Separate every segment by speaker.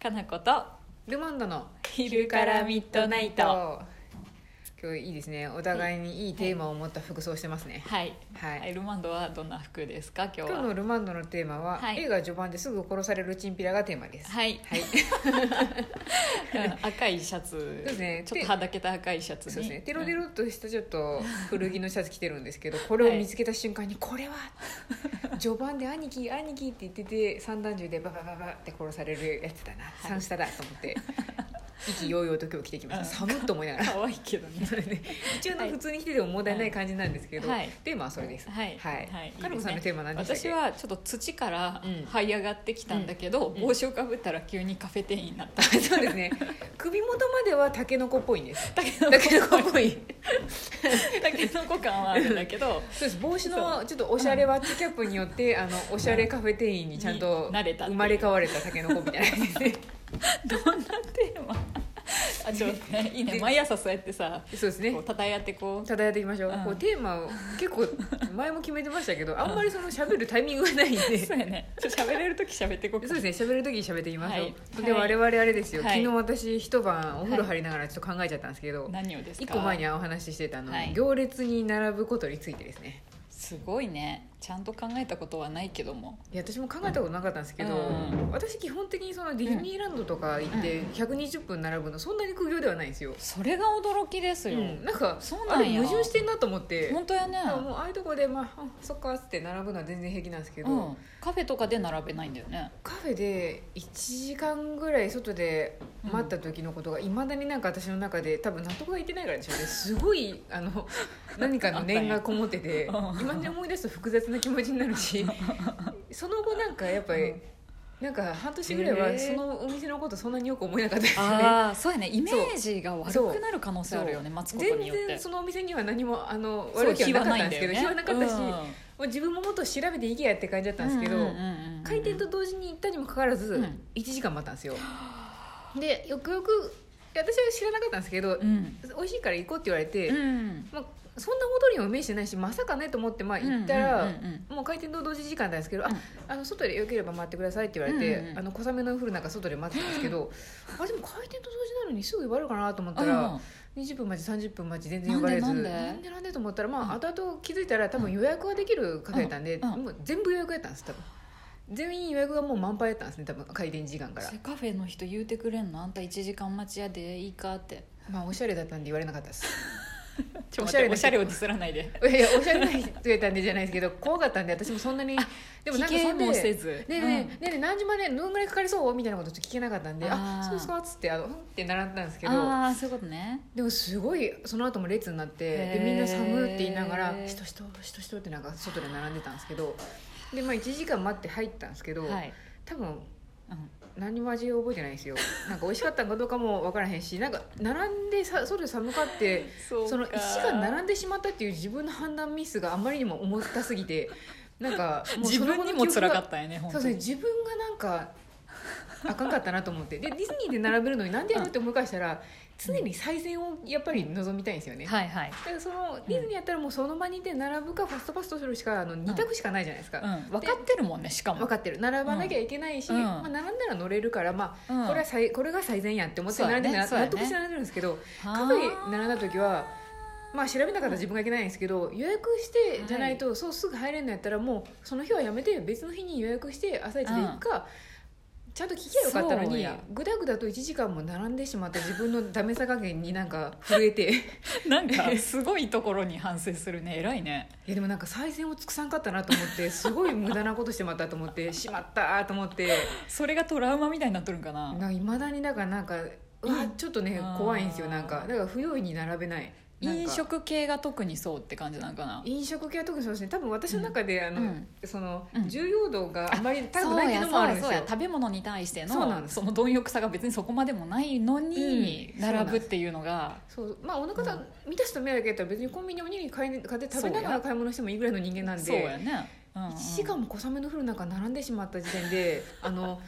Speaker 1: かなこと
Speaker 2: ルマンドの
Speaker 1: 昼からミッドナイト
Speaker 2: 今日いいですねお互いにいいテーマを持った服装してますね、
Speaker 1: はい、
Speaker 2: はい
Speaker 1: はい、ルマンドはどんな服ですか今日
Speaker 2: 今
Speaker 1: は
Speaker 2: 日のルマンドのテーマは、
Speaker 1: はい
Speaker 2: 映画序盤ですぐ殺されるチンピラがテーマです
Speaker 1: はい、
Speaker 2: はい
Speaker 1: うん 赤いシャツ
Speaker 2: うですね
Speaker 1: ちょっとはだけた赤いシャツに
Speaker 2: そうですねテロテロっとしたちょっと古着のシャツ着てるんですけどこれを見つけた瞬間に「これは!」序盤で「兄貴兄貴」って言ってて散弾銃でババババって殺されるやつだな、
Speaker 1: い
Speaker 2: 三下だと思って意気揚々と今日着てきました寒っと思いながら
Speaker 1: 可愛いけどね
Speaker 2: それで 一応ね
Speaker 1: はい
Speaker 2: 普通に着てても問題ない感じなんですけど、
Speaker 1: はい
Speaker 2: テーマはそれです。
Speaker 1: はい
Speaker 2: はい
Speaker 1: はいいいですね
Speaker 2: カルコさんのテーマは何でしたっけ？
Speaker 1: 私はちょっと土から
Speaker 2: うん
Speaker 1: 這い上がってきたんだけど、
Speaker 2: ん
Speaker 1: 帽子をかぶったら急にカフェ店員にな った、
Speaker 2: そうですね。首元まではタケノコっぽいんです。
Speaker 1: だけど
Speaker 2: タケノコっぽい。
Speaker 1: タケノコ感はあるんだけ ど
Speaker 2: そうです。帽子のちょっとおしゃれワッチキャップによってあのおしゃれカフェ店員にちゃんと
Speaker 1: になれたっていう
Speaker 2: 生まれ変われたタケノコみ たいなですね。
Speaker 1: どんなテーマあちょっとねいいね
Speaker 2: で
Speaker 1: 毎朝そうやってさ
Speaker 2: そうです
Speaker 1: こ
Speaker 2: ね
Speaker 1: う。たたえ合ってこう
Speaker 2: 漂っていきましょう。
Speaker 1: うん
Speaker 2: こうテーマを結構前も決めてましたけど、あんまりその喋るタイミングがないんで。
Speaker 1: そうやねちょっと喋れる時喋ってこう
Speaker 2: そうですね喋る時に喋っていきましょ
Speaker 1: は
Speaker 2: う、
Speaker 1: い
Speaker 2: で
Speaker 1: はい
Speaker 2: 我々あれですよ、
Speaker 1: はい
Speaker 2: 昨日私一晩お風呂入りながらちょっと考えちゃったんですけど、
Speaker 1: 何をですか
Speaker 2: 一個前にお話ししてたあの、
Speaker 1: はい
Speaker 2: 行列に並ぶことについてですね
Speaker 1: すごいねちゃんと考えたことはないけども
Speaker 2: いや私も考えたことなかったんですけど、
Speaker 1: う
Speaker 2: 私基本的にそのディズニーランドとか行って120分並ぶのそんなに苦行ではないんですよ、
Speaker 1: それが驚きです
Speaker 2: う
Speaker 1: よ、
Speaker 2: ん、なんか
Speaker 1: そう
Speaker 2: あ
Speaker 1: なん
Speaker 2: れ
Speaker 1: や
Speaker 2: 矛盾してんなと思って
Speaker 1: 本当やね
Speaker 2: だからもうああいうとこでまああそっかっつって並ぶのは全然平気なんですけど、
Speaker 1: うん、カフェとかで並べないんだよね
Speaker 2: カフェで1時間ぐらい外で待った時のことがいまだになんか私の中で多分納得がいってないからでしょうねすごい あの何かの念がこもってて
Speaker 1: うん
Speaker 2: 今に思い出すと複雑な気持ちにな るしその後なんかやっぱり、
Speaker 1: うん
Speaker 2: なんか半年ぐらい
Speaker 1: へ
Speaker 2: はそ
Speaker 1: ー
Speaker 2: のお店のことそんなによく思えなかったですね。
Speaker 1: ああそうやねイメージが悪くなる可能性あるよね待つことによ
Speaker 2: 全
Speaker 1: って
Speaker 2: 然そのお店には何もあの
Speaker 1: そう
Speaker 2: 悪い気はなかったんですけど
Speaker 1: 非
Speaker 2: 日
Speaker 1: は
Speaker 2: は
Speaker 1: な
Speaker 2: な
Speaker 1: んだ
Speaker 2: いか
Speaker 1: よ
Speaker 2: っ
Speaker 1: ね
Speaker 2: たし、もう自分ももっと調べていけやって感じだったんですけど、
Speaker 1: うんうんうんうん
Speaker 2: 開店と同時に行ったにもかかわらず
Speaker 1: うん
Speaker 2: 1時間待ったんですよ、でよくよくいや私は知らなかったんですけど、
Speaker 1: うん
Speaker 2: 美味しいから行こうって言われて、
Speaker 1: うん
Speaker 2: まあ、そんなことにも名してないしまさかねと思って、まあ、行ったら、
Speaker 1: うんうんうん
Speaker 2: もう開店と同時時間なんですけど、あ
Speaker 1: うん
Speaker 2: あの外でよければ待ってくださいって言われて、
Speaker 1: うんうん
Speaker 2: あの小雨の降る中外で待ってたんです けど、あでも開店と同時なのにすぐ呼ばれるかなと思ったら、
Speaker 1: うん
Speaker 2: 20分待ち30分待ち全然呼ばれず
Speaker 1: なんでなんで
Speaker 2: なんでなんでと思ったら、まあ後々気づいたら多分予約ができるカフェやったんで、
Speaker 1: うんうん
Speaker 2: もう全部予約やったんです多分全員予約がもう満杯やったんですね多分開店時間から
Speaker 1: それカフェの人言うてくれんのあんた1時間待ちやでいいかって
Speaker 2: まあおしゃれだったんで言われなかったです
Speaker 1: ちょ
Speaker 2: お
Speaker 1: お
Speaker 2: し
Speaker 1: し
Speaker 2: ゃ
Speaker 1: ゃ
Speaker 2: れ
Speaker 1: れ
Speaker 2: な人
Speaker 1: おしゃれをディスらないで
Speaker 2: いやおしゃれな人やったんでじゃないですけど怖かったんで私もそんなにでもなんかそん
Speaker 1: 否定もせ
Speaker 2: で
Speaker 1: ず
Speaker 2: ねえねえねえねえ何時までどんぐらいかかりそうみたいなことちょっと聞けなかったんであ
Speaker 1: あー
Speaker 2: そうですかっつってあのうんって並んだんですけ
Speaker 1: うん
Speaker 2: ど
Speaker 1: ああそういうことね
Speaker 2: でもすごいその後も列になって
Speaker 1: へ
Speaker 2: で
Speaker 1: ー
Speaker 2: みんな寒いって言いながら
Speaker 1: へー
Speaker 2: しとしとしとしとってなんか外で並んでたんですけどでまあ1時間待って入ったんですけど、
Speaker 1: はい、
Speaker 2: 多分
Speaker 1: うん
Speaker 2: 何も味を覚えてないんですよなんか美味しかったんかどうかも分からへんしなんか並んでさ外で寒かって
Speaker 1: そ
Speaker 2: その石が並んでしまったっていう自分の判断ミスがあまりにも重たすぎてなんかもう
Speaker 1: 自
Speaker 2: その後
Speaker 1: 分
Speaker 2: の
Speaker 1: に
Speaker 2: 記憶
Speaker 1: も
Speaker 2: が
Speaker 1: 辛かったよね本
Speaker 2: そう
Speaker 1: 当
Speaker 2: ですね
Speaker 1: に
Speaker 2: 自分がなんかあかんかったなと思ってでディズニーで並べるのになんでやろうって思い返したら常に最善をやっぱり望みたいんですよね、だか
Speaker 1: はいはい
Speaker 2: らそのディズニーやったらもうその場にいて並ぶかファストパストするしかあの2択しかないじゃないですか、
Speaker 1: うん、分かってるもんねしかも
Speaker 2: 分かってる並ばなきゃいけないし、
Speaker 1: うん
Speaker 2: まあ、並んだら乗れるから、まあ
Speaker 1: うん
Speaker 2: これは最これが最善やって思って並んで、
Speaker 1: そうやねそうやね
Speaker 2: 納得して並んでるんですけど
Speaker 1: は
Speaker 2: カ
Speaker 1: あ
Speaker 2: フェ並んだ時はまあ調べなかったら自分がいけないんですけど予約してじゃないと、そうすぐ入れんのやったらもうその日はやめて別の日に予約して朝一で行くか、ちゃんと聞きゃよかったの
Speaker 1: そう
Speaker 2: に
Speaker 1: や
Speaker 2: ぐだぐだと1時間も並んでしまって自分のダメさ加減になんか震え てい
Speaker 1: なんかすごいところに反省するね偉いね
Speaker 2: やでもなんか最善を尽くさんかったなと思ってすごい無駄なことしてまったと思ってしまったーと思って
Speaker 1: それがトラウマみたいになっとるんかな
Speaker 2: ないまだになんかなんかうわちょっとね
Speaker 1: うん
Speaker 2: 怖いんですよ
Speaker 1: あー
Speaker 2: なんかだから不用意に並べないなんか
Speaker 1: 飲食系が特にそうって感じなんかな
Speaker 2: 飲食系は特にそうですね多分私の中で、あの、
Speaker 1: うん
Speaker 2: その、
Speaker 1: うん
Speaker 2: 重要度があまり高く
Speaker 1: そう
Speaker 2: ないってい
Speaker 1: や
Speaker 2: うのも
Speaker 1: そ
Speaker 2: あ
Speaker 1: う
Speaker 2: る
Speaker 1: や
Speaker 2: んです
Speaker 1: そうや
Speaker 2: よ
Speaker 1: 食べ物に対して
Speaker 2: そうなんで
Speaker 1: の
Speaker 2: す
Speaker 1: その貪欲さが別にそこまでもないのに
Speaker 2: うんそうなん
Speaker 1: 並
Speaker 2: です
Speaker 1: ぶっていうのが
Speaker 2: そうまあお腹が満たすためだけだったら別にコンビニおにぎり買い買って食べな
Speaker 1: そ
Speaker 2: が
Speaker 1: う
Speaker 2: ら
Speaker 1: や
Speaker 2: 買い物してもいいぐらいの人間なん
Speaker 1: そうや
Speaker 2: で
Speaker 1: ねうんうん
Speaker 2: 1時間も小雨の降る中並んでしまった時点であの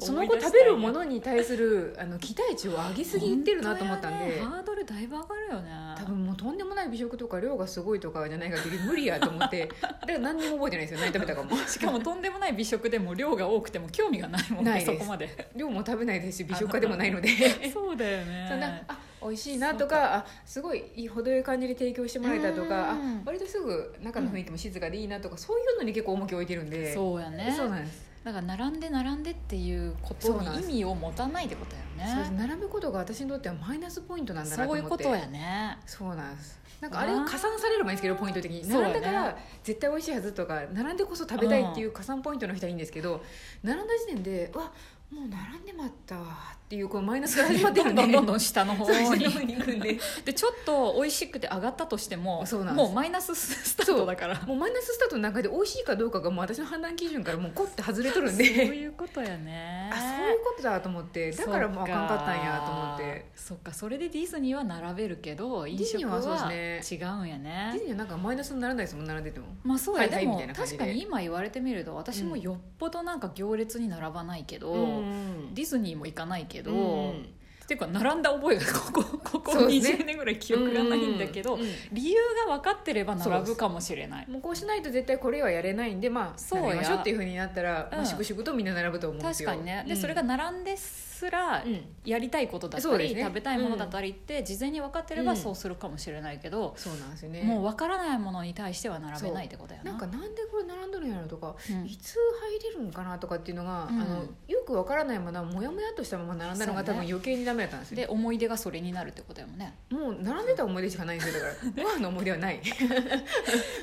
Speaker 2: その子食べるものに対するあの期待値を上げすぎてるなと思ったんで、
Speaker 1: 本当やねハードルだいぶ上がるよね
Speaker 2: 多分もうとんでもない美食とか量がすごいとかじゃないから無理やと思ってだから何にも覚えてないですよ何食べたか も
Speaker 1: しかもとんでもない美食でも量が多くても興味がないもんね
Speaker 2: ないで
Speaker 1: そ
Speaker 2: す
Speaker 1: こまで
Speaker 2: 量も食べないですし美食家でもないので
Speaker 1: そうだよ
Speaker 2: そんな
Speaker 1: ね
Speaker 2: あ美味しいなとかあすごいいい程よい感じで提供してもらえたとかあ
Speaker 1: うん
Speaker 2: 割とすぐ中の雰囲気も静かでいいなとか、そういうのに結構重きを置いてるんで
Speaker 1: そうやね
Speaker 2: そうなんです
Speaker 1: だから並んで並んでっていうことに意味を持たないってことだ
Speaker 2: そうです
Speaker 1: よね
Speaker 2: 並ぶことが私にとってはマイナスポイントなんだなと
Speaker 1: そう
Speaker 2: 思っ
Speaker 1: い
Speaker 2: て
Speaker 1: うことやね
Speaker 2: そうなんですなんかあれを加算されればいいんですけどポイント的に
Speaker 1: そう
Speaker 2: 並
Speaker 1: や
Speaker 2: ん
Speaker 1: ね
Speaker 2: だから絶対美味しいはずとか並んでこそ食べたいっていう加算ポイントの人はいいんですけど、並んだ時点でうわもう並んでまったわっていうこのマイナスが始まって
Speaker 1: ど
Speaker 2: る
Speaker 1: ん
Speaker 2: んで
Speaker 1: どんどんどん下の方
Speaker 2: そう下
Speaker 1: に
Speaker 2: の方に行くんで
Speaker 1: でちょっと美味しくて上がったとしても
Speaker 2: そうなんです
Speaker 1: もうマイナススタートだから
Speaker 2: もうマイナススタートの中で美味しいかどうかがもう私の判断基準からもうこって外れとるんで
Speaker 1: そういうことやね
Speaker 2: あそういうことだと思ってだからもうあかんかったんやと思って
Speaker 1: そっかそっかそれでディズニーは並べるけど飲
Speaker 2: ディズニ
Speaker 1: 食
Speaker 2: ーはそう
Speaker 1: は
Speaker 2: で
Speaker 1: 違うんや
Speaker 2: デ
Speaker 1: ね
Speaker 2: ィズニーはなんかマイナスにならないですもん並んでても
Speaker 1: まあそうや、
Speaker 2: はいはい
Speaker 1: でも
Speaker 2: みたいな感じ
Speaker 1: 確
Speaker 2: で
Speaker 1: かに今言われてみると私もよっぽどなんか行列に並ばないけど、
Speaker 2: うん
Speaker 1: ディズニーも行かないけど、
Speaker 2: うん
Speaker 1: っていうか並んだ覚えがここここ
Speaker 2: そうですね
Speaker 1: 20年ぐらい記憶がないんだけど、
Speaker 2: うんうん
Speaker 1: 理由が分かってれば並ぶかもしれない
Speaker 2: もうこうしないと絶対これはやれないんでまあ
Speaker 1: そうや
Speaker 2: 並びましょうっていうふうになったら、
Speaker 1: うん
Speaker 2: まあ、粛々とみんな並ぶと思うんです
Speaker 1: 確
Speaker 2: よ
Speaker 1: かにねで、
Speaker 2: うん
Speaker 1: それが並んですら
Speaker 2: うん
Speaker 1: やりたいことだっ
Speaker 2: そ
Speaker 1: た
Speaker 2: うで
Speaker 1: り、
Speaker 2: すね
Speaker 1: 食べたいものだったりって事前に分かってれば
Speaker 2: うん
Speaker 1: そうするかもしれないけど、
Speaker 2: そうなんですよね
Speaker 1: もう分からないものに対しては並べないってことやな
Speaker 2: なんかなんでこれ並んどるんやろとか
Speaker 1: うん
Speaker 2: いつ入れるんかなとかっていうのが、
Speaker 1: うん
Speaker 2: あのよくわからないままモヤモヤとしたまま並んだのが
Speaker 1: そうね
Speaker 2: 多分余計にダメだったんですよ
Speaker 1: で思い出がそれになるってことやもんね
Speaker 2: もう並んでた思い出しかないんですよだからご飯の思い出はない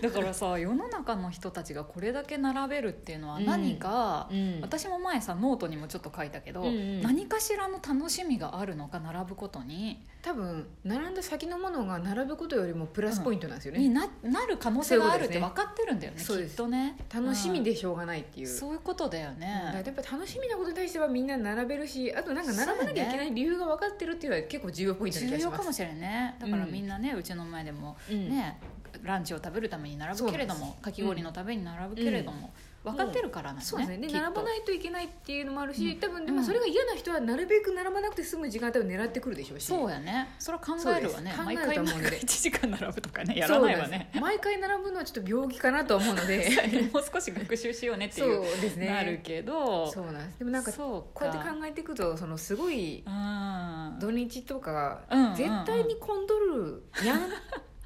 Speaker 1: だからさ世の中の人たちがこれだけ並べるっていうのは
Speaker 2: うん
Speaker 1: 何か、
Speaker 2: 私
Speaker 1: 私も前さノートにもちょっと書いたけど、
Speaker 2: うんうん
Speaker 1: 何かしらの楽しみがあるのか並ぶことに,、
Speaker 2: 多分並んだ先のものが並ぶことよりもプラスポイントなんですよね、
Speaker 1: にななる可能性があるって
Speaker 2: そういう
Speaker 1: 分
Speaker 2: こ
Speaker 1: かってるんだよね
Speaker 2: そうで
Speaker 1: き
Speaker 2: す
Speaker 1: っとね
Speaker 2: 楽しみでしょうがないって
Speaker 1: う
Speaker 2: い
Speaker 1: ん
Speaker 2: う、
Speaker 1: そういうことだよ
Speaker 2: だ
Speaker 1: ね、
Speaker 2: からやっぱ楽しみなことに対してはみんな並べるしあとなんか並ばなきゃいけない理由が分かってるっていうのは結構重要ポイントな気
Speaker 1: 重
Speaker 2: がし
Speaker 1: 要
Speaker 2: ま
Speaker 1: か
Speaker 2: す
Speaker 1: もしれないねだから
Speaker 2: うん
Speaker 1: みんなね、うちの前でも
Speaker 2: うん
Speaker 1: ね、ランチを食べるために並ぶけれどもかき氷のために並ぶけれども、分かってるからなんね
Speaker 2: そうですねで
Speaker 1: きっと
Speaker 2: 並ばないといけないっていうのもあるし、
Speaker 1: うん
Speaker 2: 多分で
Speaker 1: う
Speaker 2: も
Speaker 1: ん
Speaker 2: それが嫌な人はなるべく並ばなくて済む時間帯を狙ってくるでしょうし
Speaker 1: そうやねそれは考えるわね
Speaker 2: そうで
Speaker 1: 毎
Speaker 2: す
Speaker 1: 回
Speaker 2: 考える
Speaker 1: 毎
Speaker 2: と思う
Speaker 1: 回
Speaker 2: んで
Speaker 1: 1時間並ぶとかねやらないわ
Speaker 2: そうなん
Speaker 1: ね
Speaker 2: です毎回並ぶのはちょっと病気かなとは思うので
Speaker 1: もう少し学習しようねって
Speaker 2: そう
Speaker 1: いう
Speaker 2: ですね
Speaker 1: なるけど
Speaker 2: そうなんですでもなんかこ
Speaker 1: そう
Speaker 2: うやって考えていくとそのすごい
Speaker 1: うん
Speaker 2: 土日とか、
Speaker 1: うんうんうん
Speaker 2: 絶対に混んどるやん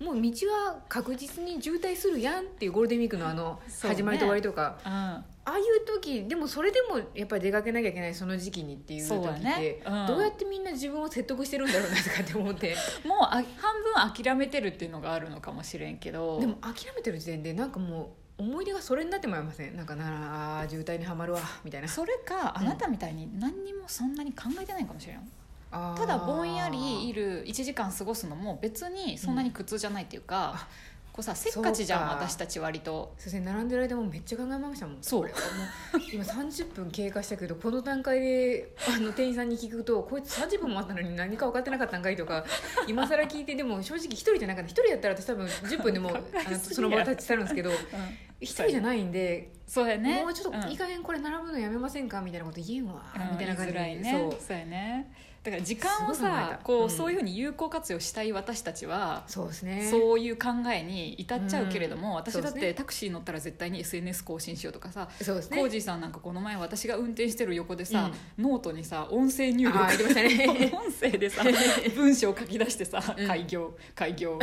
Speaker 2: もう道は確実に渋滞するやんっていうゴールデンウィークのあの
Speaker 1: そうね
Speaker 2: 始まりと終わりとか、
Speaker 1: うん
Speaker 2: ああいう時でもそれでもやっぱり出かけなきゃいけないその時期にっていう時
Speaker 1: そう
Speaker 2: っ
Speaker 1: だ
Speaker 2: て
Speaker 1: ねうん
Speaker 2: どうやってみんな自分を説得してるんだろうなとかって思って
Speaker 1: もうあ半分諦めてるっていうのがあるのかもしれんけど
Speaker 2: でも諦めてる時点でなんかもう思い出がそれになってもらいませんなんかなあー渋滞にはまるわみたいな
Speaker 1: それかあ
Speaker 2: うん
Speaker 1: なたみたいに何にもそんなに考えてないかもしれん
Speaker 2: あー
Speaker 1: ただぼんやりいる1時間過ごすのも別にそんなに苦痛じゃないっていうか、こうさせっかちじゃん
Speaker 2: そうか
Speaker 1: 私たち割と
Speaker 2: そして並んでる間もめっちゃ考えましたもん
Speaker 1: そう
Speaker 2: これはもう今30分経過したけどこの段階であの店員さんに聞くとこいつ30分もあったのに何か分かってなかったんかいと か今更聞いてでも正直一人じゃなかった一人やったら私多分10分でもうあのその場を立ち去るんですけど一人じゃないんで、
Speaker 1: そうやね
Speaker 2: もうちょっといい
Speaker 1: か
Speaker 2: 加減これ並ぶのやめませんかみたいなこと言えんわ、みたいな感じで、
Speaker 1: いね
Speaker 2: そう
Speaker 1: そうやねだから時間を
Speaker 2: すごい考え
Speaker 1: さ
Speaker 2: た
Speaker 1: こう、
Speaker 2: うん
Speaker 1: そういうふうに有効活用したい私たちは
Speaker 2: そうですね
Speaker 1: そういう考えに至っちゃうけれども、
Speaker 2: うん
Speaker 1: 私
Speaker 2: そう
Speaker 1: だ
Speaker 2: で
Speaker 1: っ
Speaker 2: すね
Speaker 1: てタクシー乗ったら絶対に SNS 更新しようとかさ
Speaker 2: そうです
Speaker 1: コー
Speaker 2: ね
Speaker 1: ジーさんなんかこの前私が運転してる横でさ、ノートにさ音声入力
Speaker 2: あー入れましたね
Speaker 1: 音声で さ文章を書き出してさ「
Speaker 2: うん
Speaker 1: 開業開 業」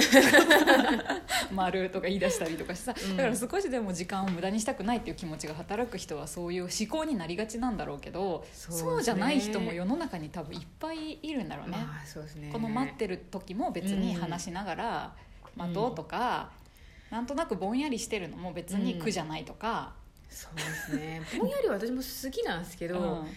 Speaker 1: 丸とか言い出したりとかしてさ、
Speaker 2: うん
Speaker 1: だから少しでも時間を無駄にしたくないっていう気持ちが働く人はそういう思考になりがちなんだろうけどそう,、じゃない人も世の中に多分いっぱいいるんだろうね。
Speaker 2: まあそうですね
Speaker 1: この待ってる時も別に話しながら「
Speaker 2: うん
Speaker 1: 待とう」とか、なんとなくぼんやりしてるのも別に苦じゃないとか、
Speaker 2: そうですねぼんやりは私も好きなんですけど、
Speaker 1: うん
Speaker 2: ぼんや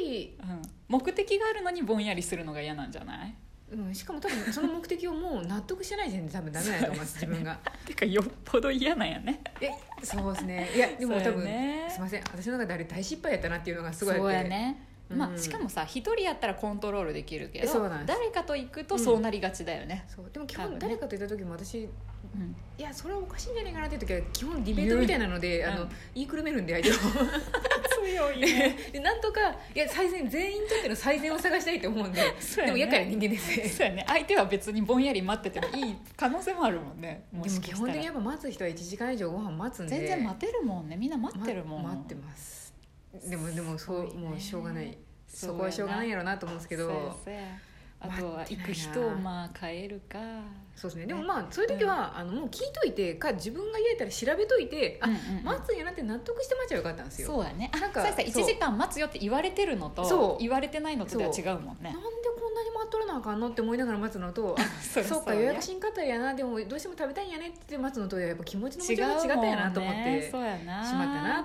Speaker 2: り、
Speaker 1: うん目的があるのにぼんやりするのが嫌なんじゃ ない
Speaker 2: うん、しかも多分その目的をもう納得してない時点で多分ダメだと思います自分 が
Speaker 1: てかよっぽど嫌なんやね
Speaker 2: えそうですねいやでも多
Speaker 1: そう
Speaker 2: 分、
Speaker 1: やね
Speaker 2: すいません私の中であれ大失敗やったなっていうのがすごいあって
Speaker 1: そうやね、まあ、
Speaker 2: うん
Speaker 1: しかもさ一人やったらコントロールできるけ
Speaker 2: えそう
Speaker 1: ど
Speaker 2: なんです
Speaker 1: 誰かと行くとそうなりがちだよね、
Speaker 2: そうでも基
Speaker 1: 多分ね
Speaker 2: 本誰かといた時も私
Speaker 1: うん
Speaker 2: いやそれはおかしいんじゃないかなっていう時は基本ディベートみたいなので
Speaker 1: 言う
Speaker 2: あの、
Speaker 1: うん
Speaker 2: 言いくるめるんで相手を
Speaker 1: 強いね
Speaker 2: でなんとかいや最善全員にとっての最善を探したいと思うんで、
Speaker 1: そう
Speaker 2: で
Speaker 1: や
Speaker 2: も
Speaker 1: ね
Speaker 2: やから人間ですね
Speaker 1: そうやね相手は別にぼんやり待っててもいい可能性もあるもんねも
Speaker 2: でも
Speaker 1: し
Speaker 2: 基
Speaker 1: かし
Speaker 2: 本
Speaker 1: た
Speaker 2: 的に
Speaker 1: ら
Speaker 2: やっぱ待つ人は1時間以上ご飯待つんで
Speaker 1: 全然待てるもんねみんな待
Speaker 2: ま
Speaker 1: ってるもん、
Speaker 2: 待ってますでもでもそ
Speaker 1: すご
Speaker 2: う
Speaker 1: いね
Speaker 2: もうしょうがない
Speaker 1: そう
Speaker 2: そ
Speaker 1: やな
Speaker 2: こはしょうがないやろうなと思うんですけど
Speaker 1: そうやそうやあとは
Speaker 2: 待
Speaker 1: 行
Speaker 2: ってないな
Speaker 1: く人をまあ変えるか
Speaker 2: そうですねでもまあそういう時は、あのもう聞いといてか自分が言えたら調べといて、
Speaker 1: うん
Speaker 2: あ
Speaker 1: うんうん
Speaker 2: 待つんやなって納得して待っちゃよかったんですよ
Speaker 1: そうやねあ
Speaker 2: なんか
Speaker 1: そうやそうや
Speaker 2: そう
Speaker 1: 1時間待つよって言われてるの
Speaker 2: そ
Speaker 1: と
Speaker 2: う
Speaker 1: 言われてないのとでは違うもんね
Speaker 2: なんでこんなに待っとらなあかんのって思いながら待つのとあ
Speaker 1: そりゃ
Speaker 2: そうか
Speaker 1: や
Speaker 2: 予約しんかったんやなでもどうしても食べたいんやねって待つのとやっぱ気持ちの持ちが違ったんやなと思っ
Speaker 1: 違うもん
Speaker 2: て
Speaker 1: ね
Speaker 2: しま
Speaker 1: そうやな
Speaker 2: った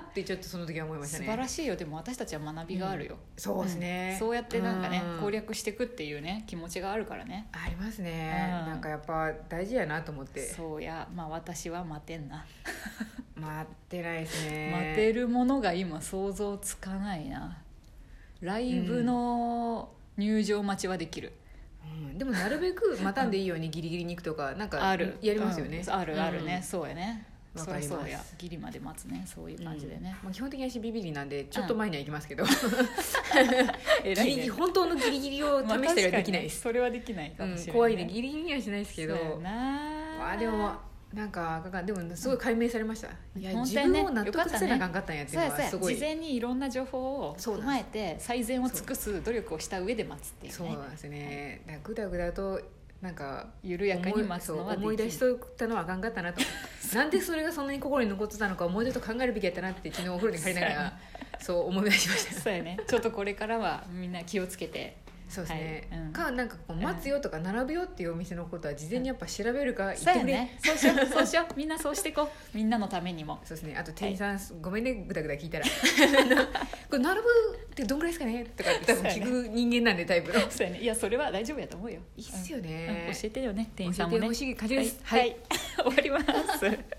Speaker 2: なってちょっとその時は思いました
Speaker 1: 素
Speaker 2: ね
Speaker 1: 晴らしいよでも私たちは学びがあるよ、
Speaker 2: そうですね、
Speaker 1: そうやってなんかね
Speaker 2: うん
Speaker 1: 攻略していくっていうね気持ちがあるからね
Speaker 2: ありますね、
Speaker 1: うん
Speaker 2: なんかやっぱ大事やなと思って
Speaker 1: そうやまあ私は待てんな、
Speaker 2: 待ってないですね
Speaker 1: 待てるものが今想像つかないなライブの入場待ちはできる、
Speaker 2: うんでもなるべく待たんでいいようにギリギリに行くとかなんか
Speaker 1: ある
Speaker 2: やりますよね、
Speaker 1: うんあるあるね、
Speaker 2: うん
Speaker 1: そうやね
Speaker 2: わ
Speaker 1: そり
Speaker 2: か
Speaker 1: ゃ
Speaker 2: ります
Speaker 1: そうやギリまで待つねそういう感じでね、
Speaker 2: まあ、基本的に私ビビリなんでちょっと前には行きます けど、
Speaker 1: え
Speaker 2: ギリギリ本当のギリギリを試したりはできないです、
Speaker 1: それはできないかもしれない、
Speaker 2: うん、怖いでギリギリにはしないですけど
Speaker 1: そうやな
Speaker 2: まあでもなんかあかんかんでもすごい解明されました、いや
Speaker 1: 本
Speaker 2: 自
Speaker 1: 当にね
Speaker 2: 分を納得させなあかんかったんやってい
Speaker 1: そう
Speaker 2: う
Speaker 1: やそ
Speaker 2: の
Speaker 1: う
Speaker 2: は
Speaker 1: や
Speaker 2: すごい
Speaker 1: 事前にいろんな情報を
Speaker 2: そう
Speaker 1: 踏
Speaker 2: なん
Speaker 1: ま
Speaker 2: で
Speaker 1: えて最善を尽くす努力をした上で待つっていう
Speaker 2: そう
Speaker 1: ね
Speaker 2: なんですねだからグダグダとなんか
Speaker 1: 緩やかに待つ
Speaker 2: そう
Speaker 1: のはでき
Speaker 2: 思い出しとったのはあかんかっ たなとなんでそれがそんなに心に残ってたのかもうちょっと考えるべきやったなって昨日お風呂に入りながらそう思い出しました
Speaker 1: そうやねちょっとこれからはみんな気をつけて
Speaker 2: そうですね、
Speaker 1: はいうん
Speaker 2: かなんかこう待つよとか並ぶよっていうお店のことは事前にやっぱ調べるか言っ
Speaker 1: そう
Speaker 2: て
Speaker 1: や
Speaker 2: くれ、
Speaker 1: ねそうしようそうしようみんなそうしてこうみんなのためにも
Speaker 2: そうですねあと店員さん、ごめんねグダグダ聞いたらこれ並ぶってどんぐらいですかねとかって多分聞
Speaker 1: そ
Speaker 2: く人間なんでタイプのい
Speaker 1: そうやねいやそれは大丈夫やと思うよ
Speaker 2: いっすよ
Speaker 1: うん
Speaker 2: ね、
Speaker 1: 教えてよね店員さ
Speaker 2: 教
Speaker 1: んもね
Speaker 2: えて ほしい感じです
Speaker 1: はい、はい終わります